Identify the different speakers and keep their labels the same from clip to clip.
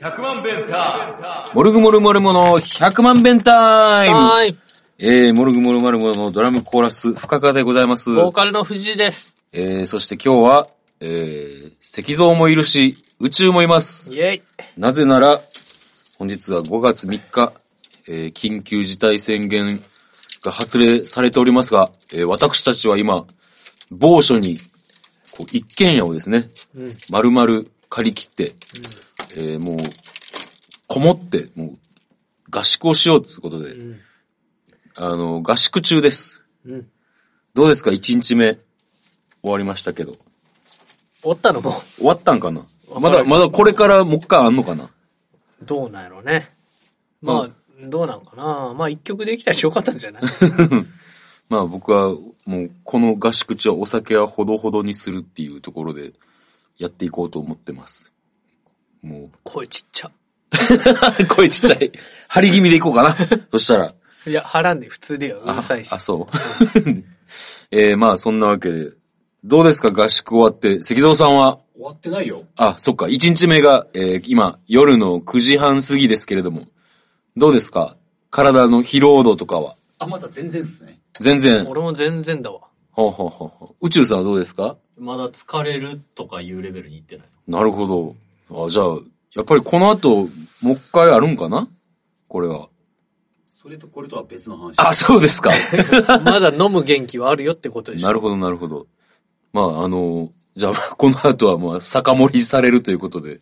Speaker 1: 100万弁タイムモルグモルモルモの100万弁タイム
Speaker 2: はーい。
Speaker 1: えー、モルグモルモルモのドラムコーラス、深川でございます。
Speaker 2: ボーカルの藤井です。
Speaker 1: えー、そして今日は、えー、石像もいるし、宇宙もいます。
Speaker 2: イェイ。
Speaker 1: なぜなら、本日は5月3日、えー、緊急事態宣言が発令されておりますが、えー、私たちは今、某所に、こう、一軒家をですね、
Speaker 2: うん。
Speaker 1: 丸々借り切って、えーもう、こもって、もう、合宿をしようということで、
Speaker 2: ん
Speaker 1: あの、合宿中です。
Speaker 2: うん。
Speaker 1: どうですか ?1 日目、終わりましたけど。
Speaker 2: おったのも、
Speaker 1: 終わったんかな
Speaker 2: わ
Speaker 1: ま
Speaker 2: から
Speaker 1: だ、
Speaker 2: ん
Speaker 1: まだこれからもう一回あんのかな
Speaker 2: どうなんやろうね。まあ、どうなんかな。まあ、一曲できたしよかったんじゃ ない
Speaker 1: まあ僕は、もう、この合宿中はお酒はほどほどにするっていうところで、やっていこうと思ってます。も
Speaker 2: 声ちっちゃ。
Speaker 1: う、 声ちっちゃい。張り気味でいこうかな。 そしたら。
Speaker 2: いや、はらんで普通でよ。うるさいし
Speaker 1: あ、あ。そう。 えー、まあ、そんなわけで。どうですか合宿終わって。石蔵さんは、
Speaker 3: 終わってないよ。
Speaker 1: あ、そっか、1日目が、えー今、夜の9時半過ぎですけれども。どうですか体の疲労度とかは。
Speaker 3: あ、まだ全然っすね。
Speaker 1: 全然。
Speaker 2: 俺も全然だわ。
Speaker 1: ほうほうほうほう宇宙さんはどうですか
Speaker 4: まだ疲れるとかいうレベルにいってない。
Speaker 1: なるほど。あ、じゃあ、やっぱりこの後、もう一回あるんかなこれは。
Speaker 3: それとこれとは別の話。
Speaker 1: あ、そうですか。
Speaker 2: まだ飲む元気はあるよってことでし ょ。
Speaker 1: なるほど、なるほど。まあ、あの、じゃあ、この後は、まあ、酒盛りされるということで。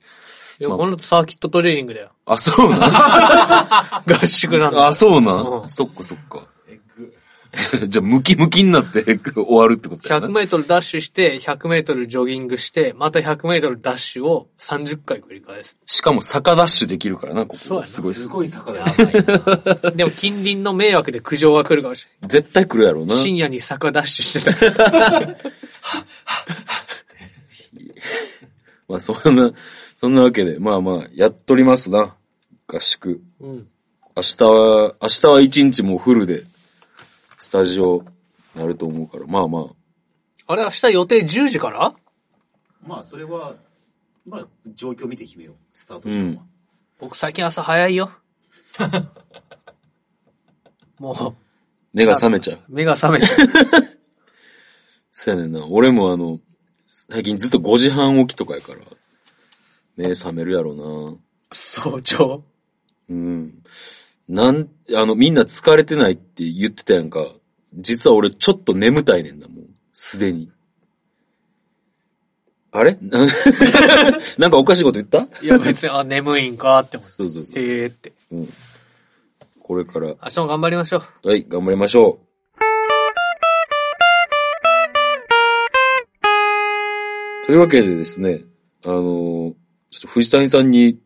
Speaker 2: いや、この後サーキットトレーニングだよ。
Speaker 1: あ、そうなん
Speaker 2: 合宿なん だ。
Speaker 1: あ、そうな
Speaker 2: うんん
Speaker 1: そっかそっか。 じゃあ、ムキムキになって終わるってことや
Speaker 2: 100
Speaker 1: な。
Speaker 2: メートルダッシュして、100メートルジョギングして、また100メートルダッシュを30回繰り返す。
Speaker 1: しかも、坂ダッシュできるからな、こ
Speaker 2: そうや
Speaker 1: こ。
Speaker 2: な
Speaker 1: すごいっ
Speaker 3: す
Speaker 1: す。
Speaker 3: ごい坂だよ。
Speaker 2: でも近隣の迷惑で苦情が来るかもしれない。
Speaker 1: 絶対来るやろうな。
Speaker 2: 深夜に坂ダッシュしてた。
Speaker 1: まあ、そんな、そんなわけで、まあまあ、やっとりますな。合宿。
Speaker 2: うん。
Speaker 1: 明日は、明日は一日もうフルで、スタジオ、なると思うから、まあまあ。
Speaker 2: あれ明日予定10時から
Speaker 3: まあ、それは、まあ、状況見て決めよう。スタート時間は。
Speaker 2: 僕最近朝早いよ。 も
Speaker 1: 目が覚めちゃう。
Speaker 2: う、目が覚めちゃう。
Speaker 1: そうやねんな。俺もあの、最近ずっと5時半起きとかやから、目覚めるやろ
Speaker 2: 早朝。
Speaker 1: うな。うん。なん、あの、みんな疲れてないって言ってたやんか。実は俺ちょっと眠たいねんな、もう。すでに。あれ ななんかおかしいこと言った
Speaker 2: いや別に、あ、眠いんかって思っ
Speaker 1: そうそうそ
Speaker 2: て。
Speaker 1: う。
Speaker 2: えーって。
Speaker 1: これから、
Speaker 2: 明日も頑張りましょう。
Speaker 1: はい、頑張りましょう。というわけでですね、あのーちょっと藤谷さんに、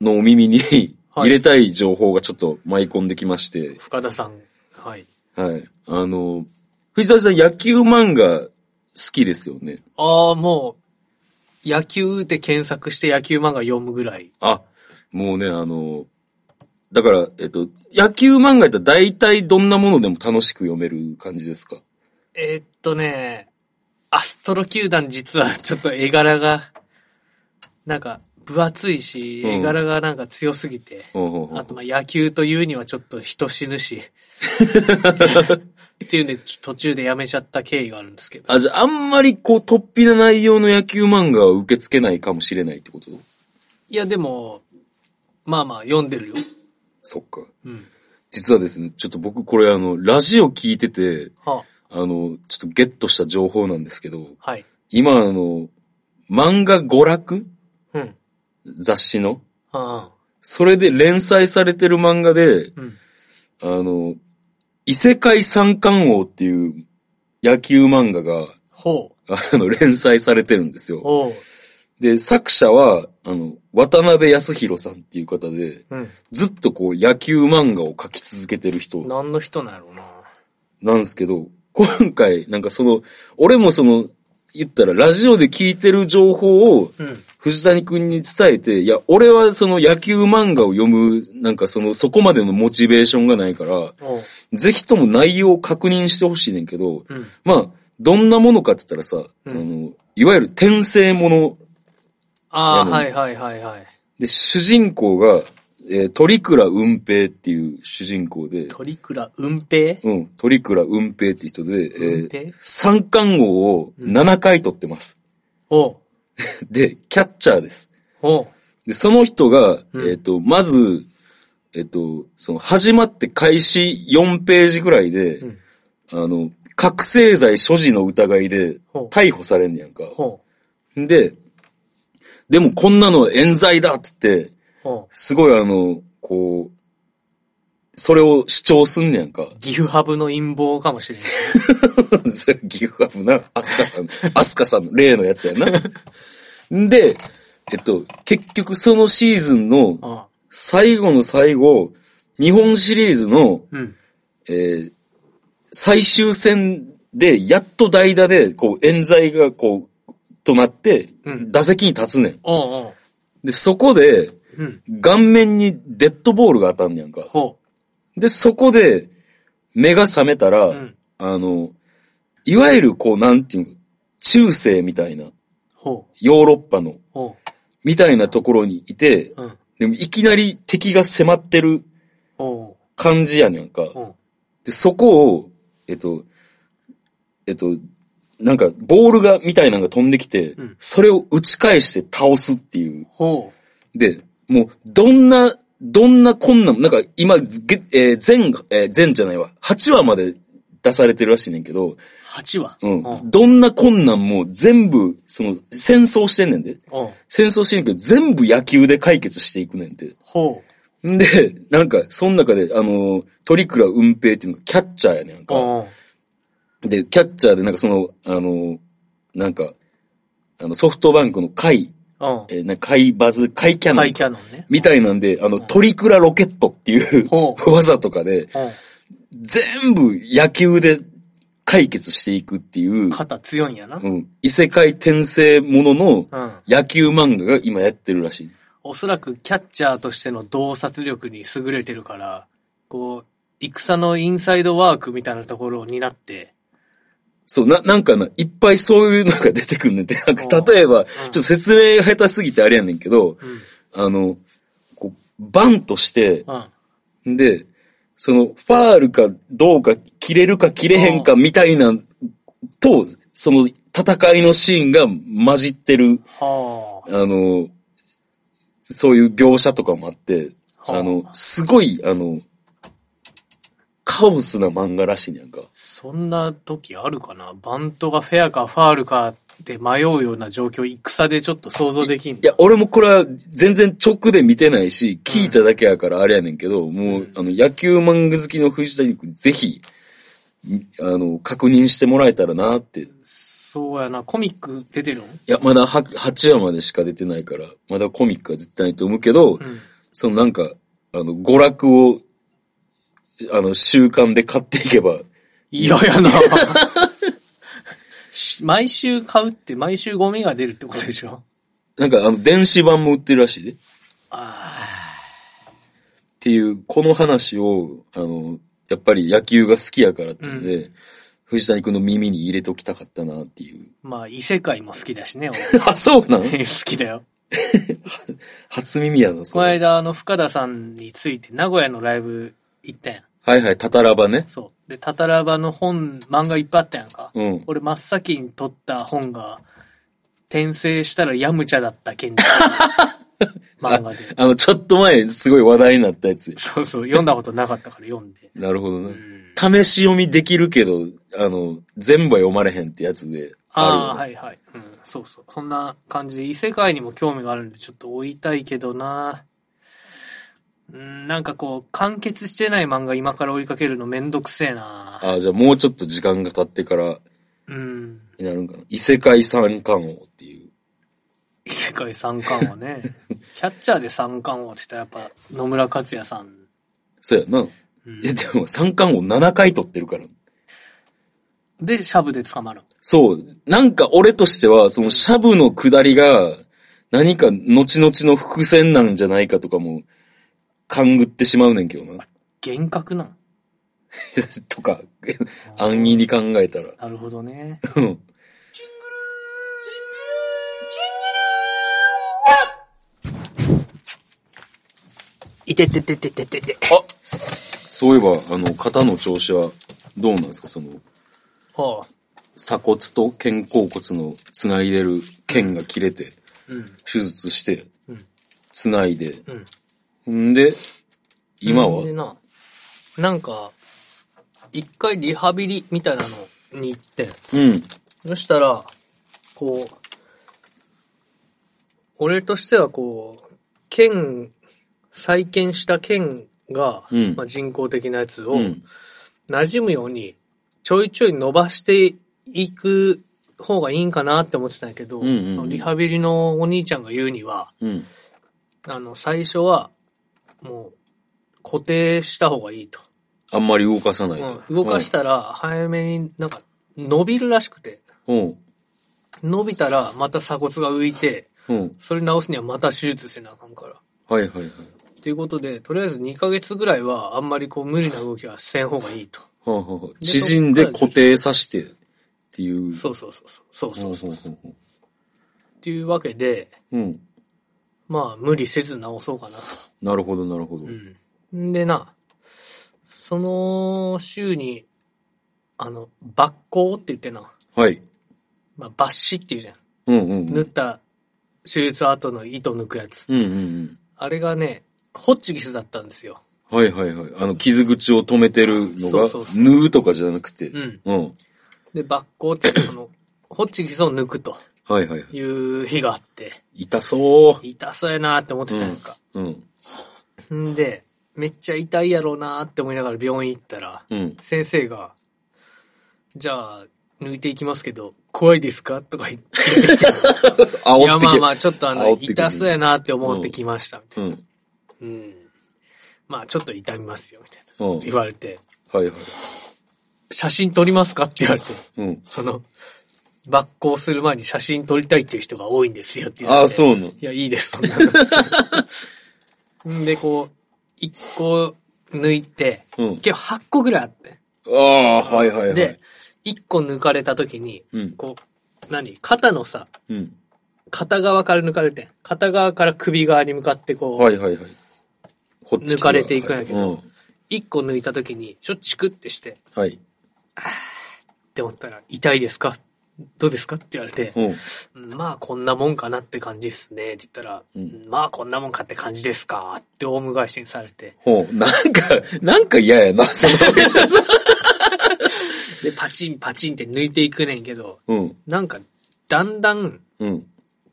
Speaker 1: のお耳に
Speaker 2: はい
Speaker 1: 入れたい情報がちょっと舞い込んできまして、
Speaker 2: 深田さん。はい。
Speaker 1: はい。あのー藤谷さん野球漫画好きですよね。
Speaker 2: ああ、もう、野球って検索して野球漫画読むぐらい。
Speaker 1: あ、もうね、あのーだから、えっと、野球漫画やったら大体どんなものでも楽しく読める感じですか
Speaker 2: えーっとね、アストロ球団実はちょっと絵柄が、なんか、分厚いし、
Speaker 1: うん
Speaker 2: 絵柄がなんか強すぎて。
Speaker 1: ほうほうほう
Speaker 2: あと、まあ、野球というにはちょっと人死ぬ し。っていうんで、ちょ途中でやめちゃった経緯があるんですけど。
Speaker 1: あ、じゃあ、あんまりこう、突飛な内容の野球漫画は受け付けないかもしれないってこと
Speaker 2: いや、でも、まあまあ、読んでるよ。
Speaker 1: そっか。
Speaker 2: うん。
Speaker 1: 実はですね、ちょっと僕これあの、ラジオ聞いてて、
Speaker 2: は
Speaker 1: あの、ちょっとゲットした情報なんですけど、
Speaker 2: あ、はい。
Speaker 1: 今あの、漫画娯楽
Speaker 2: うん。
Speaker 1: 雑誌の
Speaker 2: あ
Speaker 1: それで連載されてる漫画で、
Speaker 2: あ、うん。
Speaker 1: あの、異世界三冠王っていう野球漫画が、
Speaker 2: ほう。
Speaker 1: あの、連載されてるんですよ。
Speaker 2: おう。
Speaker 1: で、作者は、あの、渡辺康弘さんっていう方で、
Speaker 2: うん。
Speaker 1: ずっとこう野球漫画を描き続けてる人
Speaker 2: 何の人なんやろうな。
Speaker 1: なんですけど、今回なんかその、俺もその、言ったらラジオで聞いてる情報を
Speaker 2: うん。
Speaker 1: 藤谷くんに伝えて、いや、俺はその野球漫画を読む、なんかその、そこまでのモチベーションがないから、
Speaker 2: おう。
Speaker 1: ぜひとも内容を確認してほしいねんけど、
Speaker 2: うん。
Speaker 1: まあ、どんなものかって言ったらさ、
Speaker 2: うん
Speaker 1: あの、いわゆる転生もの
Speaker 2: ああ、
Speaker 1: いや
Speaker 2: はいはいはいはい。
Speaker 1: で、主人公が、えー、鳥倉雲平っていう主人公で、
Speaker 2: 鳥倉運平
Speaker 1: うん、鳥倉雲平っていう人で、え
Speaker 2: 雲平
Speaker 1: ー、三冠王を7回取ってます。
Speaker 2: おう
Speaker 1: で、キャッチャーです。
Speaker 2: おう
Speaker 1: で、その人が、
Speaker 2: うん
Speaker 1: えっ、と、まず、えっ、と、その、始まって開始4ページぐらいで、
Speaker 2: うん
Speaker 1: あの、覚醒剤所持の疑いで
Speaker 2: ほう
Speaker 1: 逮捕されんねやんか。
Speaker 2: おう
Speaker 1: で、でもこんなの冤罪だっつって、
Speaker 2: おう
Speaker 1: すごいあの、こう、それを主張すんねやん か。
Speaker 2: ギフハブの陰謀かもしれんし。
Speaker 1: ギフアブな、アスカさん、アスカさんの例のやつやな。 で、えっと、結局そのシーズンの
Speaker 2: あ
Speaker 1: 最後の最後、日本シリーズの、
Speaker 2: うん。
Speaker 1: えー最終戦で、やっと代打で、こう、冤罪が、こう、となって
Speaker 2: う、ん
Speaker 1: 打席に立つねん。
Speaker 2: おうおう
Speaker 1: で、そこで、
Speaker 2: うん。
Speaker 1: 顔面にデッドボールが当たんねやんか。
Speaker 2: ほ
Speaker 1: で、そこで、目が覚めたら、
Speaker 2: う。うん。
Speaker 1: あの、いわゆるこう、なんていうの、中世みたいな、
Speaker 2: ほう。
Speaker 1: ヨーロッパの、
Speaker 2: ほ
Speaker 1: みたいなところにいて、
Speaker 2: う。うん。
Speaker 1: でもいきなり敵が迫ってる
Speaker 2: ほ
Speaker 1: 感じやねんか。
Speaker 2: う。ほ
Speaker 1: で、そこを、えっと、えっと、なんか、ボールが、みたいなのが飛んできて、
Speaker 2: うん
Speaker 1: それを打ち返して倒すっていう
Speaker 2: う。。ほ
Speaker 1: で、もう、どんな、どんな困難も、なんか今、げえー全、えー全じゃないわ。8話まで出されてるらしいねんけど、
Speaker 2: う。8話。
Speaker 1: うん。
Speaker 2: おう
Speaker 1: どんな困難も全部、その、戦争してんねんで。
Speaker 2: おう
Speaker 1: 戦争してんねんけど、全部野球で解決していくねんて。
Speaker 2: ほ
Speaker 1: んで、なんか、その中で、あのー、鳥倉運平っていうのがキャッチャーやねん
Speaker 2: う。
Speaker 1: か。
Speaker 2: おう。
Speaker 1: で、キャッチャーで、なんかその、あのー、なんか、あの、ソフトバンクの会、
Speaker 2: おう。
Speaker 1: えーなんか会バズ、会キャノ
Speaker 2: ハイ
Speaker 1: ン
Speaker 2: キャノンね。
Speaker 1: みたいなんで、あの、鳥倉ロケットっていう
Speaker 2: ほ
Speaker 1: 技とかで、
Speaker 2: おう。
Speaker 1: 全部野球で解決していくっていう、
Speaker 2: 肩強いんやな。
Speaker 1: うん、異世界転生ものの
Speaker 2: うん。
Speaker 1: 野球漫画が今やってるらしい。
Speaker 2: おそらくキャッチャーとしての洞察力に優れてるから、こう、戦のインサイドワークみたいなところを担って、
Speaker 1: そう、な、なんかな、いっぱいそういうのが出てくんねんて。なんか、例えば、ちょっと説明下手すぎてあれやねんけど、
Speaker 2: うん。
Speaker 1: あの、こう、バンとして、
Speaker 2: うん。
Speaker 1: で、その、ファールかどうか、切れるか切れへんかみたいな、と、その、戦いのシーンが混じってる、
Speaker 2: はあ。
Speaker 1: あの、そういう描写とかもあって、
Speaker 2: はあ
Speaker 1: あの、すごい、あの、カオスな漫画らしいねやんか。
Speaker 2: そんな時あるかなバントがフェアかファールかって迷うような状況、戦でちょっと想像できん。
Speaker 1: いや、俺もこれは全然直で見てないし、聞いただけやからあれやねんけど、もう、あの、野球漫画好きの藤谷君、ぜひ、みあの、確認してもらえたらなって。い
Speaker 2: そうやな。コミック出てるの
Speaker 1: や、まだは8話までしか出てないから、まだコミックは出てないと思うけど、
Speaker 2: うん。
Speaker 1: そのなんか、あの、娯楽を、あの、習慣で買っていけば、
Speaker 2: 嫌やな。し 毎週買うって毎週ゴミが出るってことでしょ
Speaker 1: なんか、あの、電子版も売ってるらしいで。っ
Speaker 2: あ
Speaker 1: ていう、この話を、あの、やっぱり野球が好きやからっていうので、藤谷君の耳に入れときたかったなっていう。
Speaker 2: あ。まあ、異世界も好きだしね、俺
Speaker 1: あ、そうなの
Speaker 2: 好きだよ。
Speaker 1: 初耳やな、そ
Speaker 2: この
Speaker 1: れ。
Speaker 2: 間、あの、深田さんについて名古屋のライブ行ったやん。
Speaker 1: はいはい、タタラバね。
Speaker 2: そう。で、タタラバの本、漫画いっぱいあったやんか。
Speaker 1: うん。
Speaker 2: 俺真っ先に撮った本が、転生したらヤムチャだった件漫 画で。
Speaker 1: あの、ちょっと前、すごい話題になったやつ。
Speaker 2: そうそう、読んだことなかったから読んで。
Speaker 1: なるほど
Speaker 2: う
Speaker 1: ね。
Speaker 2: ん、
Speaker 1: 試し読みできるけど、あの、全部は読まれへんってやつで。
Speaker 2: ああ、
Speaker 1: るよね
Speaker 2: はいはい、うん。そうそう。そんな感じで、異世界にも興味があるんで、ちょっと追いたいけどな。うん、なんかこう、完結してない漫画今から追いかけるのめんどくせえな。
Speaker 1: あーじゃあもうちょっと時間が経ってから
Speaker 2: うん。
Speaker 1: になるんかな。異世界三冠王っていう。
Speaker 2: 異世界三冠王ね。 キャッチャーで三冠王って言ったらやっぱ野村克也さん。
Speaker 1: そうやな。
Speaker 2: うん
Speaker 1: え、でも三冠王7回取ってるから。
Speaker 2: で、シャブで捕まる。
Speaker 1: そう。なんか俺としては、そのシャブの下りが、何か後々の伏線なんじゃないかとかも、勘ぐってしまうねんけどな。
Speaker 2: 幻覚なん。
Speaker 1: とか、安易に考えたら。
Speaker 2: なるほどね。
Speaker 1: うん
Speaker 5: いててててててて。
Speaker 1: そういえば、あの、肩の調子はどうなんですかその、
Speaker 2: ああ。
Speaker 1: 鎖骨と肩甲骨のつないでる腱が切れて、
Speaker 2: うん。
Speaker 1: 手術して
Speaker 2: うん、
Speaker 1: つないで、
Speaker 2: うん。
Speaker 1: んで、今は
Speaker 2: で、な、なんか、一回リハビリみたいなのに行って、
Speaker 1: うん、
Speaker 2: そしたら、こう、俺としてはこう、剣、再建した剣が、
Speaker 1: うん
Speaker 2: まあ、人工的なやつを、
Speaker 1: うん、
Speaker 2: 馴染むように、ちょいちょい伸ばしていく方がいいんかなって思ってたんやけど、
Speaker 1: うんうんうん
Speaker 2: そのリハビリのお兄ちゃんが言うには、
Speaker 1: うん、
Speaker 2: あの、最初は、もう、固定した方がいいと。
Speaker 1: あんまり動かさないと。
Speaker 2: うん動かしたら、早めになんか、伸びるらしくて、
Speaker 1: うん、
Speaker 2: 伸びたら、また鎖骨が浮いて、
Speaker 1: うん、
Speaker 2: それ直すにはまた手術せなあかんから。
Speaker 1: はいはいはい。
Speaker 2: ということで、とりあえず2ヶ月ぐらいは、あんまりこう、無理な動きはせん方がいいと。
Speaker 1: はあはあはあ縮んで固定さしてっていう。
Speaker 2: そうそうそうそう。そうそうそう。
Speaker 1: そうそう。
Speaker 2: っていうわけで、
Speaker 1: うん。
Speaker 2: まあ、無理せず直そうかなと。
Speaker 1: なるほど、なるほど。
Speaker 2: うん。でな、その週に、あの、抜光って言ってな、
Speaker 1: はい。
Speaker 2: まあ、抜歯っていうじゃん。
Speaker 1: うんうんう
Speaker 2: 縫
Speaker 1: ん。
Speaker 2: った手術後の糸抜くやつ。
Speaker 1: うんうん
Speaker 2: あれがね、ホッチキスだったんですよ。
Speaker 1: うん。はいはいはい。あの、傷口を止めてるの
Speaker 2: そう
Speaker 1: が
Speaker 2: そう、そう
Speaker 1: 縫うとかじゃなくて。
Speaker 2: うん。
Speaker 1: うん。
Speaker 2: で、抜光ってその、 ホッチキスを抜くと
Speaker 1: はいはいはい。
Speaker 2: いう日があって、
Speaker 1: 痛そ
Speaker 2: 痛そうやなって思ってたやんか。
Speaker 1: う。うん。
Speaker 2: んで、めっちゃ痛いやろうなって思いながら病院行ったら、
Speaker 1: うん。
Speaker 2: 先生が、じゃあ、抜いていきますけど、怖いですかとか言っ てきて。
Speaker 1: あ、
Speaker 2: い
Speaker 1: お
Speaker 2: や、
Speaker 1: って
Speaker 2: まあ
Speaker 1: け
Speaker 2: ま。あ、ちょっとあの、
Speaker 1: 煽ってくる
Speaker 2: 痛そうやなって思ってきました、みた
Speaker 1: う
Speaker 2: いな。
Speaker 1: ん。
Speaker 2: うん。まあ、ちょっと痛みますよ、みたい
Speaker 1: うん。は
Speaker 2: な。言われて、
Speaker 1: いはい。
Speaker 2: 写真撮りますかって言われて、
Speaker 1: うん。
Speaker 2: その、抜光する前に写真撮りたいっていう人が多いんですよって言われて。
Speaker 1: あ、そうなの。
Speaker 2: いや、いいです、そんなの んで、こう、一個抜いて、
Speaker 1: うん。
Speaker 2: 結構8個ぐらいあって。
Speaker 1: ああ、はいはいは
Speaker 2: で
Speaker 1: い。、
Speaker 2: 一個抜かれた時に、
Speaker 1: うん。
Speaker 2: こう、何肩のさ、
Speaker 1: うん。
Speaker 2: 片側から抜かれてん。片側から首側に向かってこう、
Speaker 1: はいはいはい。こっち
Speaker 2: 抜かれていくんやけ
Speaker 1: う
Speaker 2: ど
Speaker 1: ん。
Speaker 2: 一個抜いた時に、ちょっとチクってして、
Speaker 1: はい。
Speaker 2: って思ったら、痛いですかどうですかって言われて、
Speaker 1: うん。
Speaker 2: まあこんなもんかなって感じですね。って言ったら、
Speaker 1: うん
Speaker 2: まあこんなもんかって感じですかってオウム返しにされて、
Speaker 1: ほう。なんか、なんか嫌やな、その話。
Speaker 2: で、パチンパチンって抜いていくねんけど、
Speaker 1: うん。
Speaker 2: なんか、だんだん
Speaker 1: うん。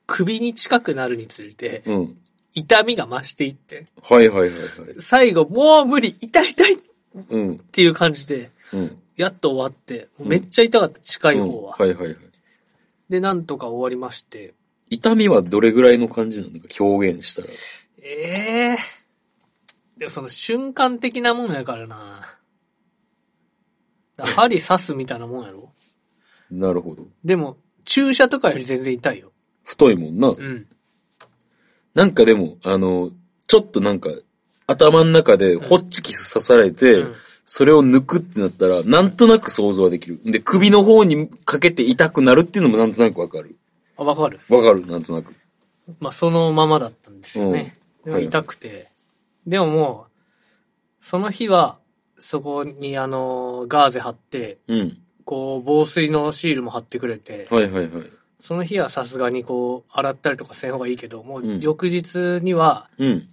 Speaker 2: 首に近くなるにつれて、
Speaker 1: うん。
Speaker 2: 痛みが増していって、
Speaker 1: はいはいはいはい。
Speaker 2: 最後、もう無理痛い痛いっ
Speaker 1: うん。
Speaker 2: ていう感じで、
Speaker 1: うん。
Speaker 2: やっと終わって、もうめっちゃ痛かった、近い方は。
Speaker 1: うんはいはいはい。
Speaker 2: で、なんとか終わりまして、
Speaker 1: 痛みはどれぐらいの感じなのか表現したら。
Speaker 2: ええでもその瞬間的なものやからな。だから針刺すみたいなもんやろ。
Speaker 1: なるほど。
Speaker 2: でも、注射とかより全然痛いよ。
Speaker 1: 太いもんな。
Speaker 2: うん。
Speaker 1: なんかでも、あの、ちょっとなんか、頭の中でホッチキス刺されて、
Speaker 2: うん
Speaker 1: それを抜くってなったら、なんとなく想像はできる。で、首の方にかけて痛くなるっていうのもなんとなくわかる。
Speaker 2: あ、わかる。
Speaker 1: わかる、なんとなく。
Speaker 2: まあ、そのままだったんですよね。
Speaker 1: うん
Speaker 2: でも痛くて。でももう、その日は、そこにあの、ガーゼ貼って、
Speaker 1: うん。
Speaker 2: こう、防水のシールも貼ってくれて、
Speaker 1: はいはいはい。
Speaker 2: その日はさすがにこう、洗ったりとかせん方がいいけど、も
Speaker 1: う
Speaker 2: うん翌日には、
Speaker 1: うん。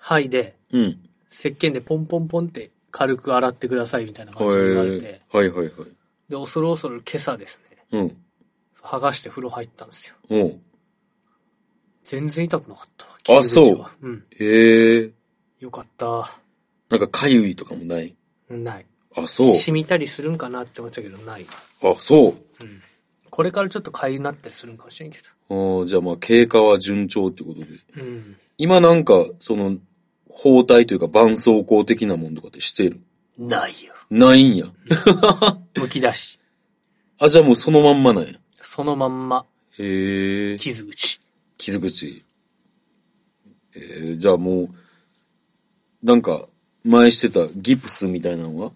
Speaker 2: 剥いで、
Speaker 1: うん。
Speaker 2: 石鹸でポンポンポンって軽く洗ってくださいみたいな
Speaker 1: は
Speaker 2: 感
Speaker 1: い
Speaker 2: じで言わ
Speaker 1: は
Speaker 2: れ
Speaker 1: い
Speaker 2: て、
Speaker 1: はいはい。
Speaker 2: で、恐る恐る今朝ですね、
Speaker 1: うん。
Speaker 2: 剥がして風呂入ったんですよ。
Speaker 1: うん。
Speaker 2: 全然痛くなかったわ。
Speaker 1: あそう
Speaker 2: 傷口はうん。
Speaker 1: へえ。
Speaker 2: よかった。
Speaker 1: なんかかゆいとかもない。
Speaker 2: ない。
Speaker 1: あ、そう。
Speaker 2: 染みたりするんかなって思ってたけど、ない。
Speaker 1: あ、そう。
Speaker 2: うん。これからちょっと痒くなったりするんかもしれんけ
Speaker 1: あーじゃあまあ経過は順調ってことで。
Speaker 2: ど。うん。
Speaker 1: 今なんか、その、包帯というか絆創膏的なもんとかってしてる
Speaker 2: ないよ。
Speaker 1: ないんや。
Speaker 2: むき出し。
Speaker 1: あ、じゃあもうそのまんまなんや。
Speaker 2: そのまんま、
Speaker 1: へえ。
Speaker 2: 傷口。
Speaker 1: 傷口。えー、じゃあもう、なんか、前してたギプスみたいなのは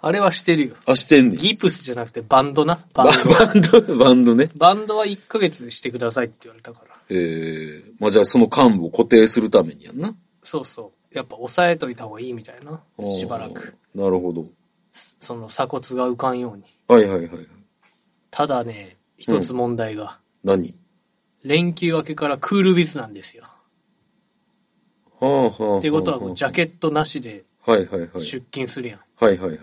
Speaker 2: あれはしてるよ。
Speaker 1: あ、してんねん。
Speaker 2: ギプスじゃなくてバンドな。バ
Speaker 1: バ
Speaker 2: ンド。
Speaker 1: バンド、バンドね。
Speaker 2: バンドは1ヶ月してくださいって言われたから。
Speaker 1: えー、まあじゃあその幹部を固定するためにやんな。
Speaker 2: そうそう。やっぱ抑えといた方がいいみたいな。しばらく。
Speaker 1: あー。なるほど。
Speaker 2: すその鎖骨が浮かんように。
Speaker 1: はいはいはい。
Speaker 2: ただね、一つ問題が、
Speaker 1: 何
Speaker 2: 連休明けからクールビズなんですよ。
Speaker 1: はあはあはあ。
Speaker 2: ってことはこう、ジャケットなしで
Speaker 1: はいはいはい。
Speaker 2: 出勤するやん。
Speaker 1: はいはいはい。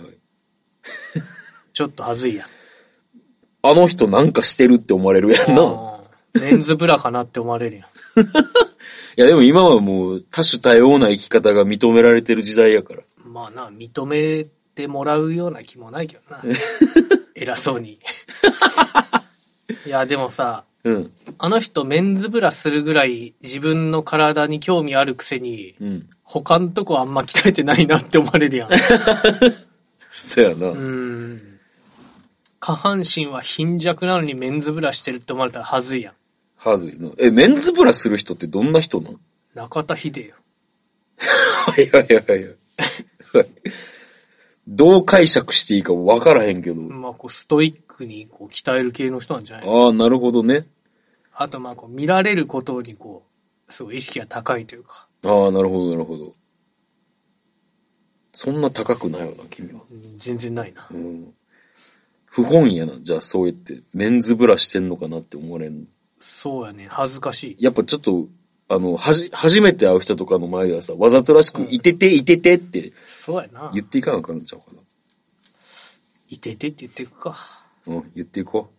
Speaker 2: ちょっとはずいやん。
Speaker 1: あの人なんかしてるって思われるやんな。
Speaker 2: うんメンズブラかなって思われるやん。
Speaker 1: いやでも今はもう多種多様な生き方が認められてる時代やから。
Speaker 2: まあな、認めてもらうような気もないけど な。偉そうに。いや、でもさ、
Speaker 1: うん。
Speaker 2: あの人メンズブラするぐらい自分の体に興味あるくせに、
Speaker 1: うん。
Speaker 2: 他んとこあんま鍛えてないなって思われ るやん。
Speaker 1: そやな。
Speaker 2: うーん。下半身は貧弱なのにメンズブラしてるって思われたらはずいやん。
Speaker 1: はずいな。え、メンズブラする人ってどんな人なの
Speaker 2: 中田秀よ。
Speaker 1: いやいやいやいや。 どう解釈していいか分からへんけど。
Speaker 2: まあこうストイックにこう鍛える系の人なんじゃない
Speaker 1: ああ、なるほどね。
Speaker 2: あとまあこう見られることにこう、すごい意識が高いというか、
Speaker 1: ああ、なるほど、なるほど。そんな高くないよな、君は。
Speaker 2: うん全然ないな。
Speaker 1: うん。不本意やな。じゃあ、そうやって、メンズブラしてんのかなって思われんの。
Speaker 2: そうやね、恥ずかしい。
Speaker 1: やっぱちょっと、あの、はじ、初めて会う人とかの前ではさ、わざとらしく、いてて、いててって
Speaker 2: そうやな。
Speaker 1: 言っていかなあかんのちゃうかな。
Speaker 2: いててって言っていくか。
Speaker 1: うん、言っていこ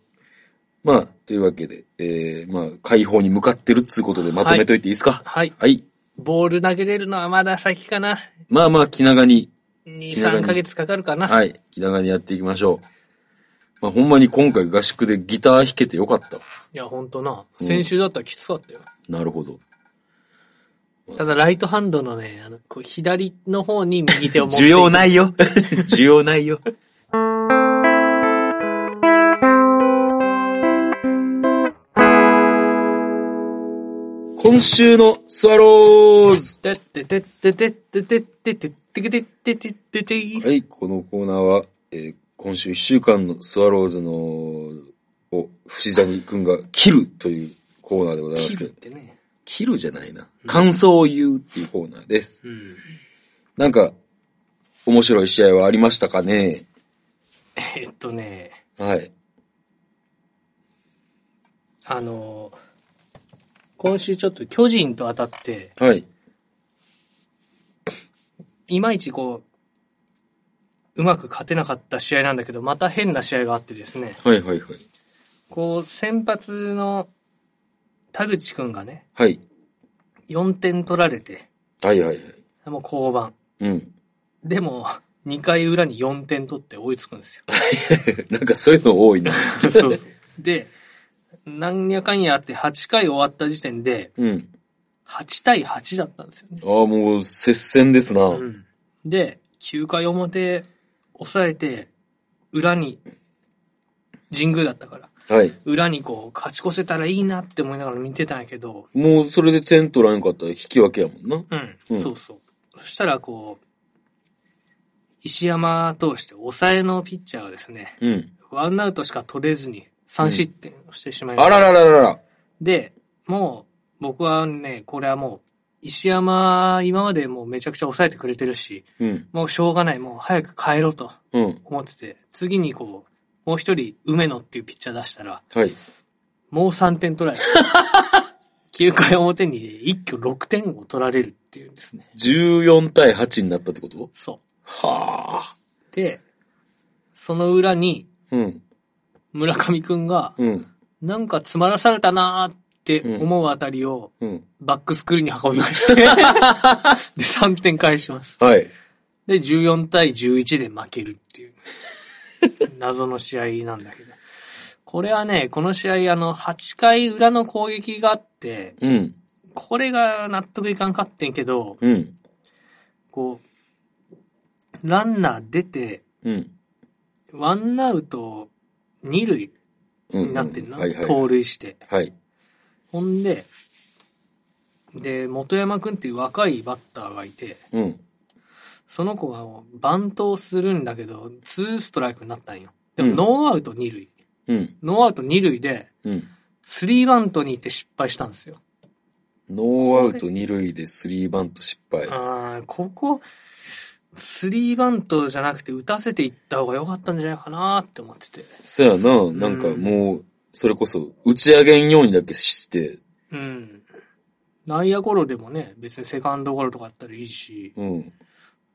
Speaker 1: う。まあ、というわけで、えー、まあ、解放に向かってるっつうことでまとめといていいですか、
Speaker 2: はい。
Speaker 1: はい、
Speaker 2: ボール投げれるのはまだ先かな。
Speaker 1: まあまあ、気長に、
Speaker 2: 2、
Speaker 1: 気長に
Speaker 2: 3ヶ月かかるかな。
Speaker 1: はい、気長にやっていきましょう。まあ、ほんまに今回合宿でギター弾けてよかったわ。
Speaker 2: いや、ほんとな。先週だったらきつかったよ。
Speaker 1: なるほど。
Speaker 2: ただ、ライトハンドのね、あの、こう左の方に右手を持って
Speaker 1: 需
Speaker 2: いく。
Speaker 1: 要ないよ。 需要ないよ。今週のスワローズ
Speaker 2: てっててっててってててててててててて
Speaker 1: はい、このコーナーは、えー今週一週間のスワローズの、を、藤谷くんが切るというコーナーでございます
Speaker 2: 切
Speaker 1: け
Speaker 2: るっ
Speaker 1: ど、
Speaker 2: てね。
Speaker 1: 切るじゃないな。感想を言うっていうコーナーです。
Speaker 2: うん。
Speaker 1: なんか、面白い試合はありましたかね
Speaker 2: えっとね、
Speaker 1: はい。
Speaker 2: あの、今週ちょっと巨人と当たって、
Speaker 1: はい。
Speaker 2: いまいちこう、うまく勝てなかった試合なんだけど、また変な試合があってですね、
Speaker 1: はいはいはい。
Speaker 2: こう、先発の田口くんがね、
Speaker 1: はい。
Speaker 2: 4点取られて、
Speaker 1: はいはいはい。
Speaker 2: もう降板。
Speaker 1: うん。
Speaker 2: でも、2回裏に4点取って追いつくんですよ。
Speaker 1: なんかそういうの多いな。
Speaker 2: そうそう。 で、なんやかんやあって8回終わった時点で、
Speaker 1: うん。
Speaker 2: 8対8だったんですよね。
Speaker 1: ああ、もう接戦ですな。
Speaker 2: うん。で、9回表抑えて、裏に、神宮だったから、
Speaker 1: はい。
Speaker 2: 裏にこう、勝ち越せたらいいなって思いながら見てたんやけど、
Speaker 1: もうそれで点取らんかったら引き分けやもんな。
Speaker 2: うん、
Speaker 1: うん
Speaker 2: そうそう。そしたらこう、石山通して抑えのピッチャーがですね、
Speaker 1: うん。
Speaker 2: ワンアウトしか取れずに3失点をしてしまいまし
Speaker 1: あ
Speaker 2: た。
Speaker 1: ららららら。
Speaker 2: で、もう、僕はね、これはもう、石山、今までもうめちゃくちゃ抑えてくれてるし、
Speaker 1: うん。
Speaker 2: もうしょうがない、もう早く変えろと
Speaker 1: うん。
Speaker 2: 思ってて、次にこう、もう一人、梅野っていうピッチャー出したら、
Speaker 1: はい。
Speaker 2: もう3 点取られる。9回表に一挙6点を取られるっていうんですね。
Speaker 1: 14対8になったってこと
Speaker 2: そ
Speaker 1: はあ。
Speaker 2: う。で、その裏に
Speaker 1: うん。
Speaker 2: 村上くんが、
Speaker 1: うん。
Speaker 2: なんか詰まらされたなーって思うあたりを
Speaker 1: うん。
Speaker 2: バックスクリーンに運びま して、で、3点返します。
Speaker 1: はい。
Speaker 2: で、14対11で負けるっていう、 謎の試合なんだけど。これはね、この試合、あの、8回裏の攻撃があって、
Speaker 1: うん。
Speaker 2: これが納得いかんかってんけど、
Speaker 1: うん。
Speaker 2: こう、ランナー出て、
Speaker 1: うん。
Speaker 2: ワンアウト、二塁
Speaker 1: うん。
Speaker 2: になってんな。
Speaker 1: はいはい。
Speaker 2: 盗塁して。
Speaker 1: はい。
Speaker 2: ほんで、で、元山くんっていう若いバッターがいて、
Speaker 1: うん。
Speaker 2: その子がバントをするんだけど、ツーストライクになったんよ。で
Speaker 1: う
Speaker 2: も
Speaker 1: ん
Speaker 2: ノーアウト二塁。
Speaker 1: うん。
Speaker 2: ノーアウト二塁で、
Speaker 1: うん。
Speaker 2: スリーバントに行って失敗したんですよ。
Speaker 1: ノーアウト二塁でスリーバント失敗。
Speaker 2: あーここ、スリーバントじゃなくて打たせていった方が良かったんじゃないかなって思ってて。
Speaker 1: そやな、なんかもう、それこそ、打ち上げんようにだけして、
Speaker 2: うん。内野ゴロでもね、別にセカンドゴロとかあったらいいし、
Speaker 1: うん。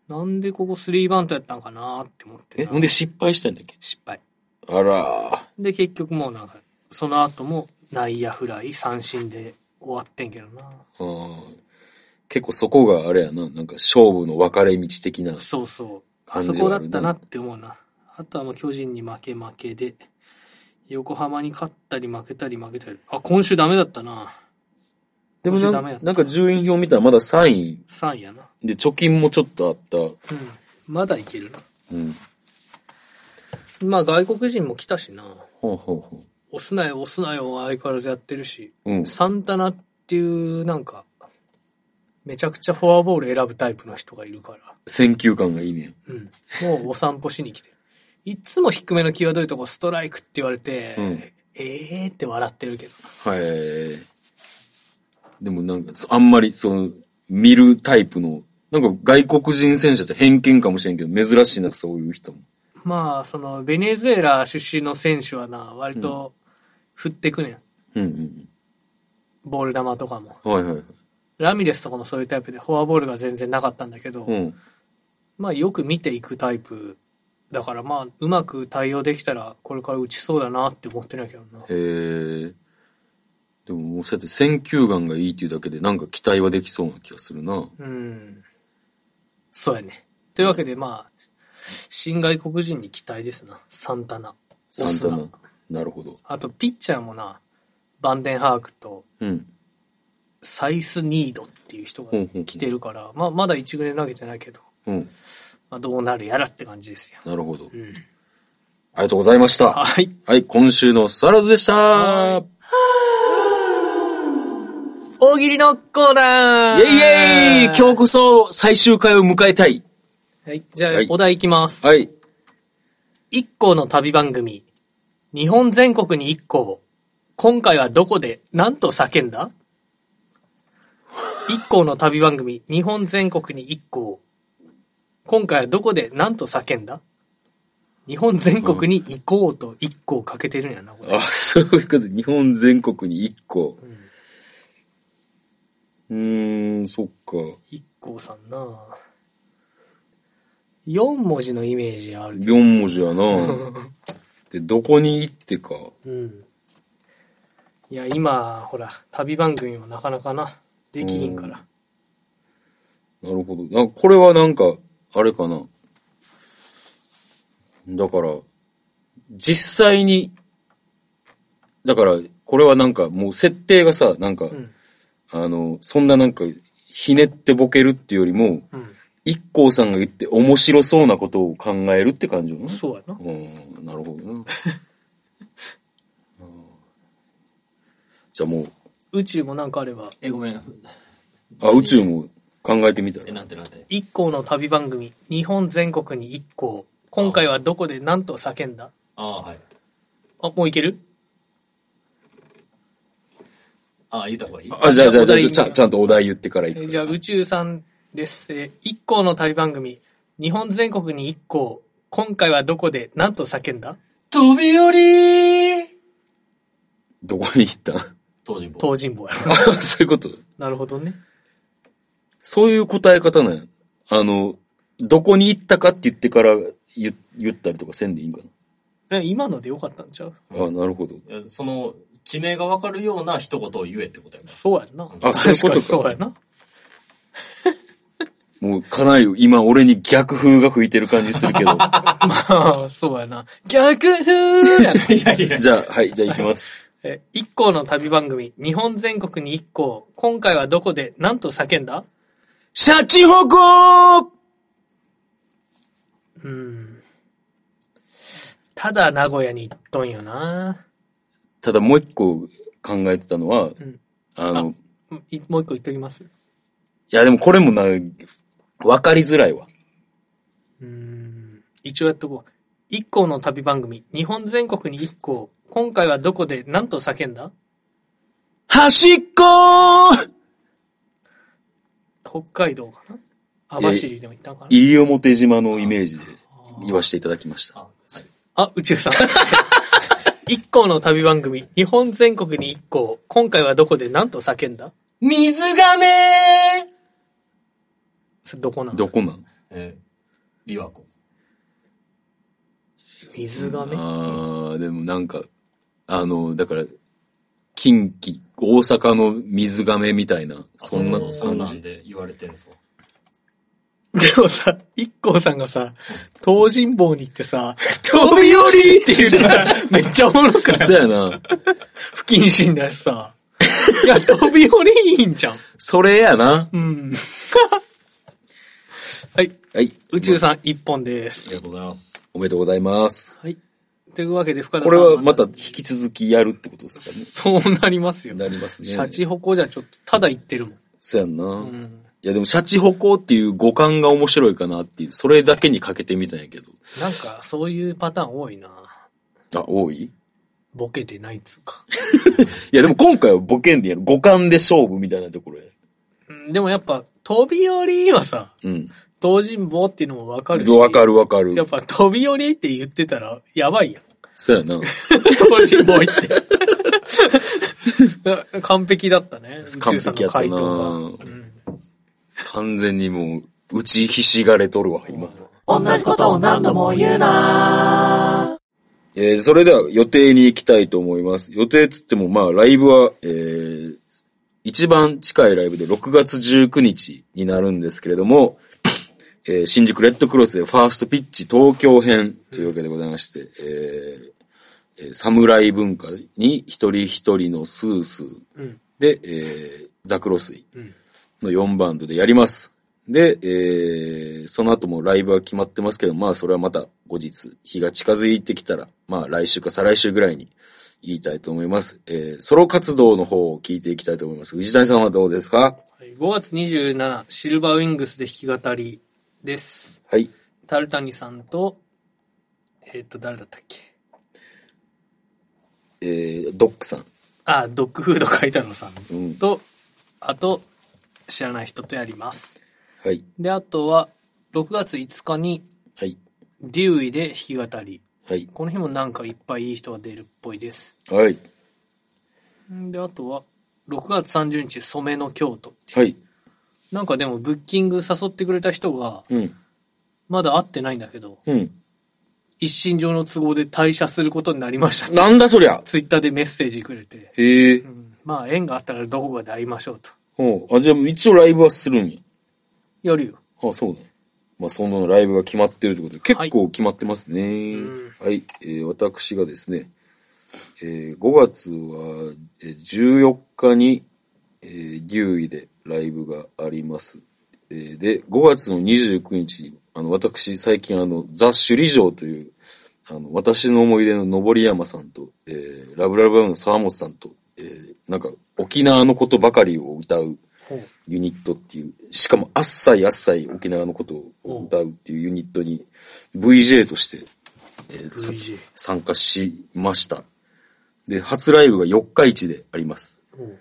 Speaker 2: なんでここスリーバントやったんかなって思って
Speaker 1: え、
Speaker 2: な。
Speaker 1: ほんで失敗したんだっけ
Speaker 2: 失敗。
Speaker 1: あら
Speaker 2: で、結局もうなんか、その後も内野フライ、三振で終わってんけどな。
Speaker 1: ーあー結構そこがあれやな、なんか勝負の分かれ道的な。
Speaker 2: そうそう。あ
Speaker 1: 感じ
Speaker 2: そ
Speaker 1: は
Speaker 2: こだったなって思うな。あとはもう巨人に負け負けで、横浜に勝ったり負けたり負けたり。あ、今週ダメだったな。
Speaker 1: でも
Speaker 2: 今週
Speaker 1: な
Speaker 2: ダメやっ
Speaker 1: ん
Speaker 2: た
Speaker 1: なんか順位表見たらまだ3位
Speaker 2: 3位やな。
Speaker 1: で貯金もちょっとあった。
Speaker 2: うん。まだいけるな。
Speaker 1: うん。
Speaker 2: まあ外国人も来たしな。
Speaker 1: ほうほうほ
Speaker 2: 押すなよ押すなよは相変わらずやってるし。
Speaker 1: う。うん。
Speaker 2: サンタナっていうなんか、めちゃくちゃフォアボール選ぶタイプの人がいるから。
Speaker 1: 選球感がいいね。
Speaker 2: うん。もうお散歩しに来てる。いっつも低めの際どいとこストライクって言われて、
Speaker 1: うん
Speaker 2: えーって笑ってるけど。
Speaker 1: はい。でもなんか、そあんまりその、見るタイプの、なんか外国人選手って偏見かもしれんけど、珍しいな、そういう人も。
Speaker 2: まあ、その、ベネズエラ出身の選手はな、割と、振ってくねん。
Speaker 1: うんうん
Speaker 2: ボール球とかも。
Speaker 1: うん。はいはいはい。
Speaker 2: ラミレスとかもそういうタイプで、フォアボールが全然なかったんだけど、
Speaker 1: うん。
Speaker 2: まあ、よく見ていくタイプ。だからまあ、うまく対応できたら、これから打ちそうだなって思ってないけどな。
Speaker 1: へえ。でももうそうやって選球眼がいいっていうだけで、なんか期待はできそうな気がするな。
Speaker 2: うん。そうやね。というわけで、まあ、新外国人に期待ですな。サンタナ。
Speaker 1: サンタナ。なるほど。
Speaker 2: あと、ピッチャーもな、バンデンハークと
Speaker 1: うん。
Speaker 2: サイス・ニードっていう人が
Speaker 1: ほうほうほう
Speaker 2: 来てるから、まあ、まだ一軍で投げてないけど、
Speaker 1: うん。
Speaker 2: まあ、どうなるやらって感じですよ。
Speaker 1: なるほど。
Speaker 2: ん
Speaker 1: ありがとうございました。
Speaker 2: はい。
Speaker 1: はい、今週のスワローズでした。
Speaker 2: 大喜利のコーナー
Speaker 1: イェイイェイ今日こそ最終回を迎えたい。
Speaker 2: はい。じゃあ、
Speaker 1: はい
Speaker 2: お題いきます。
Speaker 1: はい。
Speaker 2: 一行の旅番組。日本全国に一行を。今回はどこで何と叫んだ一行の旅番組。日本全国に一行を。今回はどこで何と叫んだ日本全国に行こうと一行かけてるんやな、これ。
Speaker 1: あ、そういうこと。日本全国に1個。うーん、そっか。
Speaker 2: 一行さんな四文字のイメージあるけ
Speaker 1: 4文字やなで、どこに行ってか。
Speaker 2: ど。うん。いや、今、ほら、旅番組もなかなかな、できひんから。
Speaker 1: なるほど。なこれはなんか、あれかな。だから、実際に、だから、これはなんかもう設定がさ、なんか、
Speaker 2: ん
Speaker 1: あの、そんななんか、ひねってボケるっていうよりも、
Speaker 2: うん。
Speaker 1: 一光さんが言って面白そうなことを考えるって感じよな。
Speaker 2: そうやな。
Speaker 1: うん、なるほどな。うんじゃあもう、
Speaker 2: 宇宙もなんかあれば、
Speaker 4: え、ごめん。
Speaker 1: あ、宇宙も考えてみた
Speaker 4: え、
Speaker 1: ら。
Speaker 4: なんてなんて。
Speaker 2: 一行の旅番組、日本全国に一行。今回はどこで何と叫んだ
Speaker 4: ああ、はい。
Speaker 2: あ、もういける
Speaker 4: ああ、言った方がいい
Speaker 1: あ、じゃあじゃあじゃあ
Speaker 2: お題
Speaker 1: ちゃん、ちゃんとお題言ってから行
Speaker 2: え
Speaker 1: く
Speaker 2: ー
Speaker 1: か
Speaker 2: じゃあ宇宙さんです。えー一行の旅番組、日本全国に一行。今回はどこで何と叫んだ
Speaker 4: 飛び降り
Speaker 1: どこに行った ん
Speaker 4: 東尋坊。
Speaker 2: 東尋坊や。
Speaker 1: あそういうこと。
Speaker 2: なるほどね。
Speaker 1: そういう答え方なんや。あの、どこに行ったかって言ってから言言ったりとかせんでいいんか
Speaker 2: え今のでよかったんちゃう
Speaker 1: な。あ、なるほど。
Speaker 4: いやその、地名がわかるような一言を言えってことやか
Speaker 2: そうやんな。
Speaker 1: あそういうことか
Speaker 2: 確にそうやな。
Speaker 1: もうかなり今俺に逆風が吹いてる感じするけど。
Speaker 2: まあ、そうやな。 逆風やな。 いやいや。
Speaker 1: じゃあ、はい、じゃあ行きます。
Speaker 2: え、一行の旅番組、日本全国に一行。今回はどこで何と叫んだ
Speaker 1: シャチホコ
Speaker 2: うん。ただ名古屋に行っとんよな。
Speaker 1: ただもう一個考えてたのは、
Speaker 2: ん
Speaker 1: あの、
Speaker 2: いもう一個言っときます。
Speaker 1: いやでもこれもな、わかりづらいわ。
Speaker 2: うーん一応やっとこう。一行の旅番組、日本全国に一行。今回はどこで何と叫んだ
Speaker 1: 端っこー
Speaker 2: 北海道かな網走でも行ったのかな
Speaker 1: 西表島のイメージで言わせていただきました。
Speaker 2: あ、宇宙さん。 一行の旅番組、日本全国に一行。今回はどこで何と叫んだ
Speaker 4: 水亀
Speaker 2: それどこなんで
Speaker 1: ど
Speaker 2: すか
Speaker 1: こなん
Speaker 4: えー、琵琶湖。
Speaker 2: 水がね。
Speaker 1: ああ、でもなんか、あの、だから、近畿、大阪の水亀みたいな、
Speaker 4: あ
Speaker 1: そんな
Speaker 4: うそうそ
Speaker 1: 感
Speaker 4: んなん
Speaker 1: じ。
Speaker 4: で言われてるぞ。
Speaker 2: でもさ、一行さんがさ、東尋坊に行って さ、飛び降りって言うたら、 めっちゃおもろくない
Speaker 1: そうやな。
Speaker 2: 不謹慎だしさ。いや、飛び降りいいんじゃん。
Speaker 1: それやな。
Speaker 2: うん。 はい。
Speaker 1: はい。
Speaker 2: 宇宙さん一本です
Speaker 4: あり。がとうございます。
Speaker 1: おめでとうございます。
Speaker 2: はい。というわけで、深田さ
Speaker 1: こ
Speaker 2: ん。
Speaker 1: れはまた引き続きやるってことです
Speaker 2: そうなります
Speaker 1: か
Speaker 2: よ。
Speaker 1: ね。なりますね。
Speaker 2: シャチホコじゃちょっと、ただ言ってるもん。
Speaker 1: そうやんな。
Speaker 2: うん。
Speaker 1: いやでも、シャチホコっていう五感が面白いかなっていう、それだけにかけてみたんやけど。
Speaker 2: なんか、そういうパターン多いな
Speaker 1: あ、多い
Speaker 2: ボケてないっつうか。
Speaker 1: いやでも今回はボケんでやる。五感で勝負みたいなところや。
Speaker 2: うんでもやっぱ、飛び降りはさ、
Speaker 1: うん。
Speaker 2: 東尋坊っていうのもわかるし。
Speaker 1: わかるわかる
Speaker 2: や。っぱ飛び降りって言ってたら、やばいやん。
Speaker 1: そうやな。
Speaker 2: 東尋坊行って。 完璧だったね。
Speaker 1: 完璧やったな
Speaker 2: 宇宙さんの回答がうん
Speaker 1: 完全にもう、打ちひしがれとるわ、今。
Speaker 5: 同じことを何度も言うな。
Speaker 1: えーそれでは予定に行きたいと思います。予定つっても、まあ、ライブは、えー一番近いライブで6月19日になるんですけれども、えー新宿レッドクロスでファーストピッチ東京編というわけでございまして、えーえー侍文化に一人一人のスースー
Speaker 2: うん。
Speaker 1: で、えーザクロスイ
Speaker 2: うん。
Speaker 1: の4バンドでやります。で、えー、その後もライブは決まってますけど、まあそれはまた後日、日が近づいてきたら、まあ来週か再来週ぐらいに言いたいと思います。えー、ソロ活動の方を聞いていきたいと思います。藤谷さんはどうですか
Speaker 2: はい5月27、シルバーウィングスで弾き語りです。
Speaker 1: はい。
Speaker 2: タルタニさんと、えっ、と、誰だったっけ
Speaker 1: えー、ドックさん。
Speaker 2: あ、ドッグフード海太郎さ
Speaker 1: うんん。
Speaker 2: と、あと、知らない人とやります。
Speaker 1: はい。
Speaker 2: で、あとは、6月5日に、
Speaker 1: はい。
Speaker 2: デューイで弾き語り。
Speaker 1: はい。
Speaker 2: この日もなんかいっぱいいい人が出るっぽいです。
Speaker 1: はい。
Speaker 2: んで、あとは、6月30日、染めの京都。
Speaker 1: はい。
Speaker 2: なんかでも、ブッキング誘ってくれた人が、
Speaker 1: うん。
Speaker 2: まだ会ってないんだけど、
Speaker 1: うん。
Speaker 2: 一身上の都合で退社することになりました。
Speaker 1: なんだそりゃ
Speaker 2: ツイッターでメッセージくれて、
Speaker 1: へえ
Speaker 2: う。ん、まあ、縁があったらどこかで会いましょうと。
Speaker 1: ほう。あ、じゃあ一応ライブはするんや。
Speaker 2: やるよ。
Speaker 1: あ、そうだ。まあ、そのライブが決まってるってことで、結構決まってますね。
Speaker 2: ん
Speaker 1: はい。えー私がですね、えー5月はえー14日に、えー、デューイでライブがあります。えーで、5月の29日に、あの、私、最近あの、ザ・首里城という、あの、私の思い出の登山さんと、えーラブラブラブの沢本さんと、えーなんか、沖縄のことばかりを歌う、
Speaker 2: ほう
Speaker 1: ユニットっていう、しかもあっさいあっさい沖縄のことを歌うっていうユニットに VJ として、えーさ
Speaker 2: VJ
Speaker 1: 参加しました。で、初ライブが4日市であります。
Speaker 2: ほう。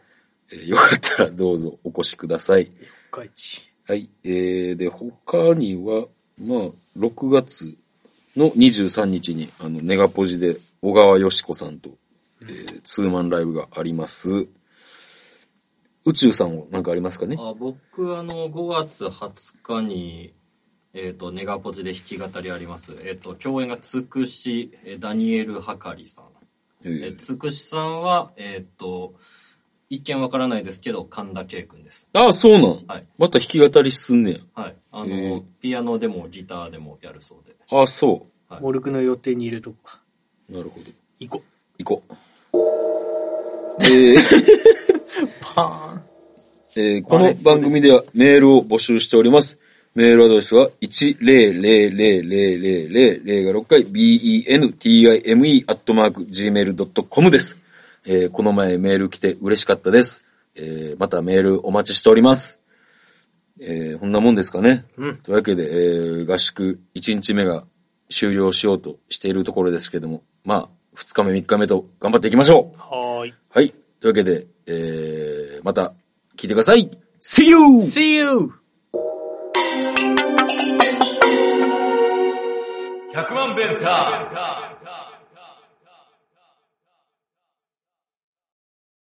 Speaker 1: えーよかったらどうぞお越しください。
Speaker 2: 深市。
Speaker 1: はい。えー、で、他には、まあ、6月の23日に、あの、ネガポジで小川よしこさんと、えーツーマンライブがあります。宇宙さんは何かありますかね
Speaker 4: あ僕あの5月20日に、えー、とネガポジで弾き語りあります、えー、と共演がつくしえダニエル・ハカリさん、
Speaker 1: え
Speaker 4: え
Speaker 1: ー
Speaker 4: つくしさんは、えー、と一見わからないですけど神田圭君です
Speaker 1: ああ、そうなん。
Speaker 4: はい
Speaker 1: また弾き語りすんねや。
Speaker 4: はいあの、
Speaker 1: へえ
Speaker 4: ピアノでもギターでもやるそうで
Speaker 1: ああ、そ
Speaker 4: はい
Speaker 2: モルクの予定に入れとくか。
Speaker 1: う。なるほど。
Speaker 2: 行こう。
Speaker 1: 行こう。えー
Speaker 2: パ
Speaker 1: えーこの番組ではメールを募集しております。メールアドレスは、1000000が6回、bentime.gmail.com です。えーこの前メール来て嬉しかったです。えーまたメールお待ちしております。えー、こんなもんですかね。
Speaker 2: うん。
Speaker 1: というわけで、えー合宿1日目が終了しようとしているところですけども、まあ、2日目、3日目と頑張っていきましょう
Speaker 2: はーい。
Speaker 1: はい。というわけで、えー、また聞いてください !See you!
Speaker 2: See you!
Speaker 1: 100万ベンター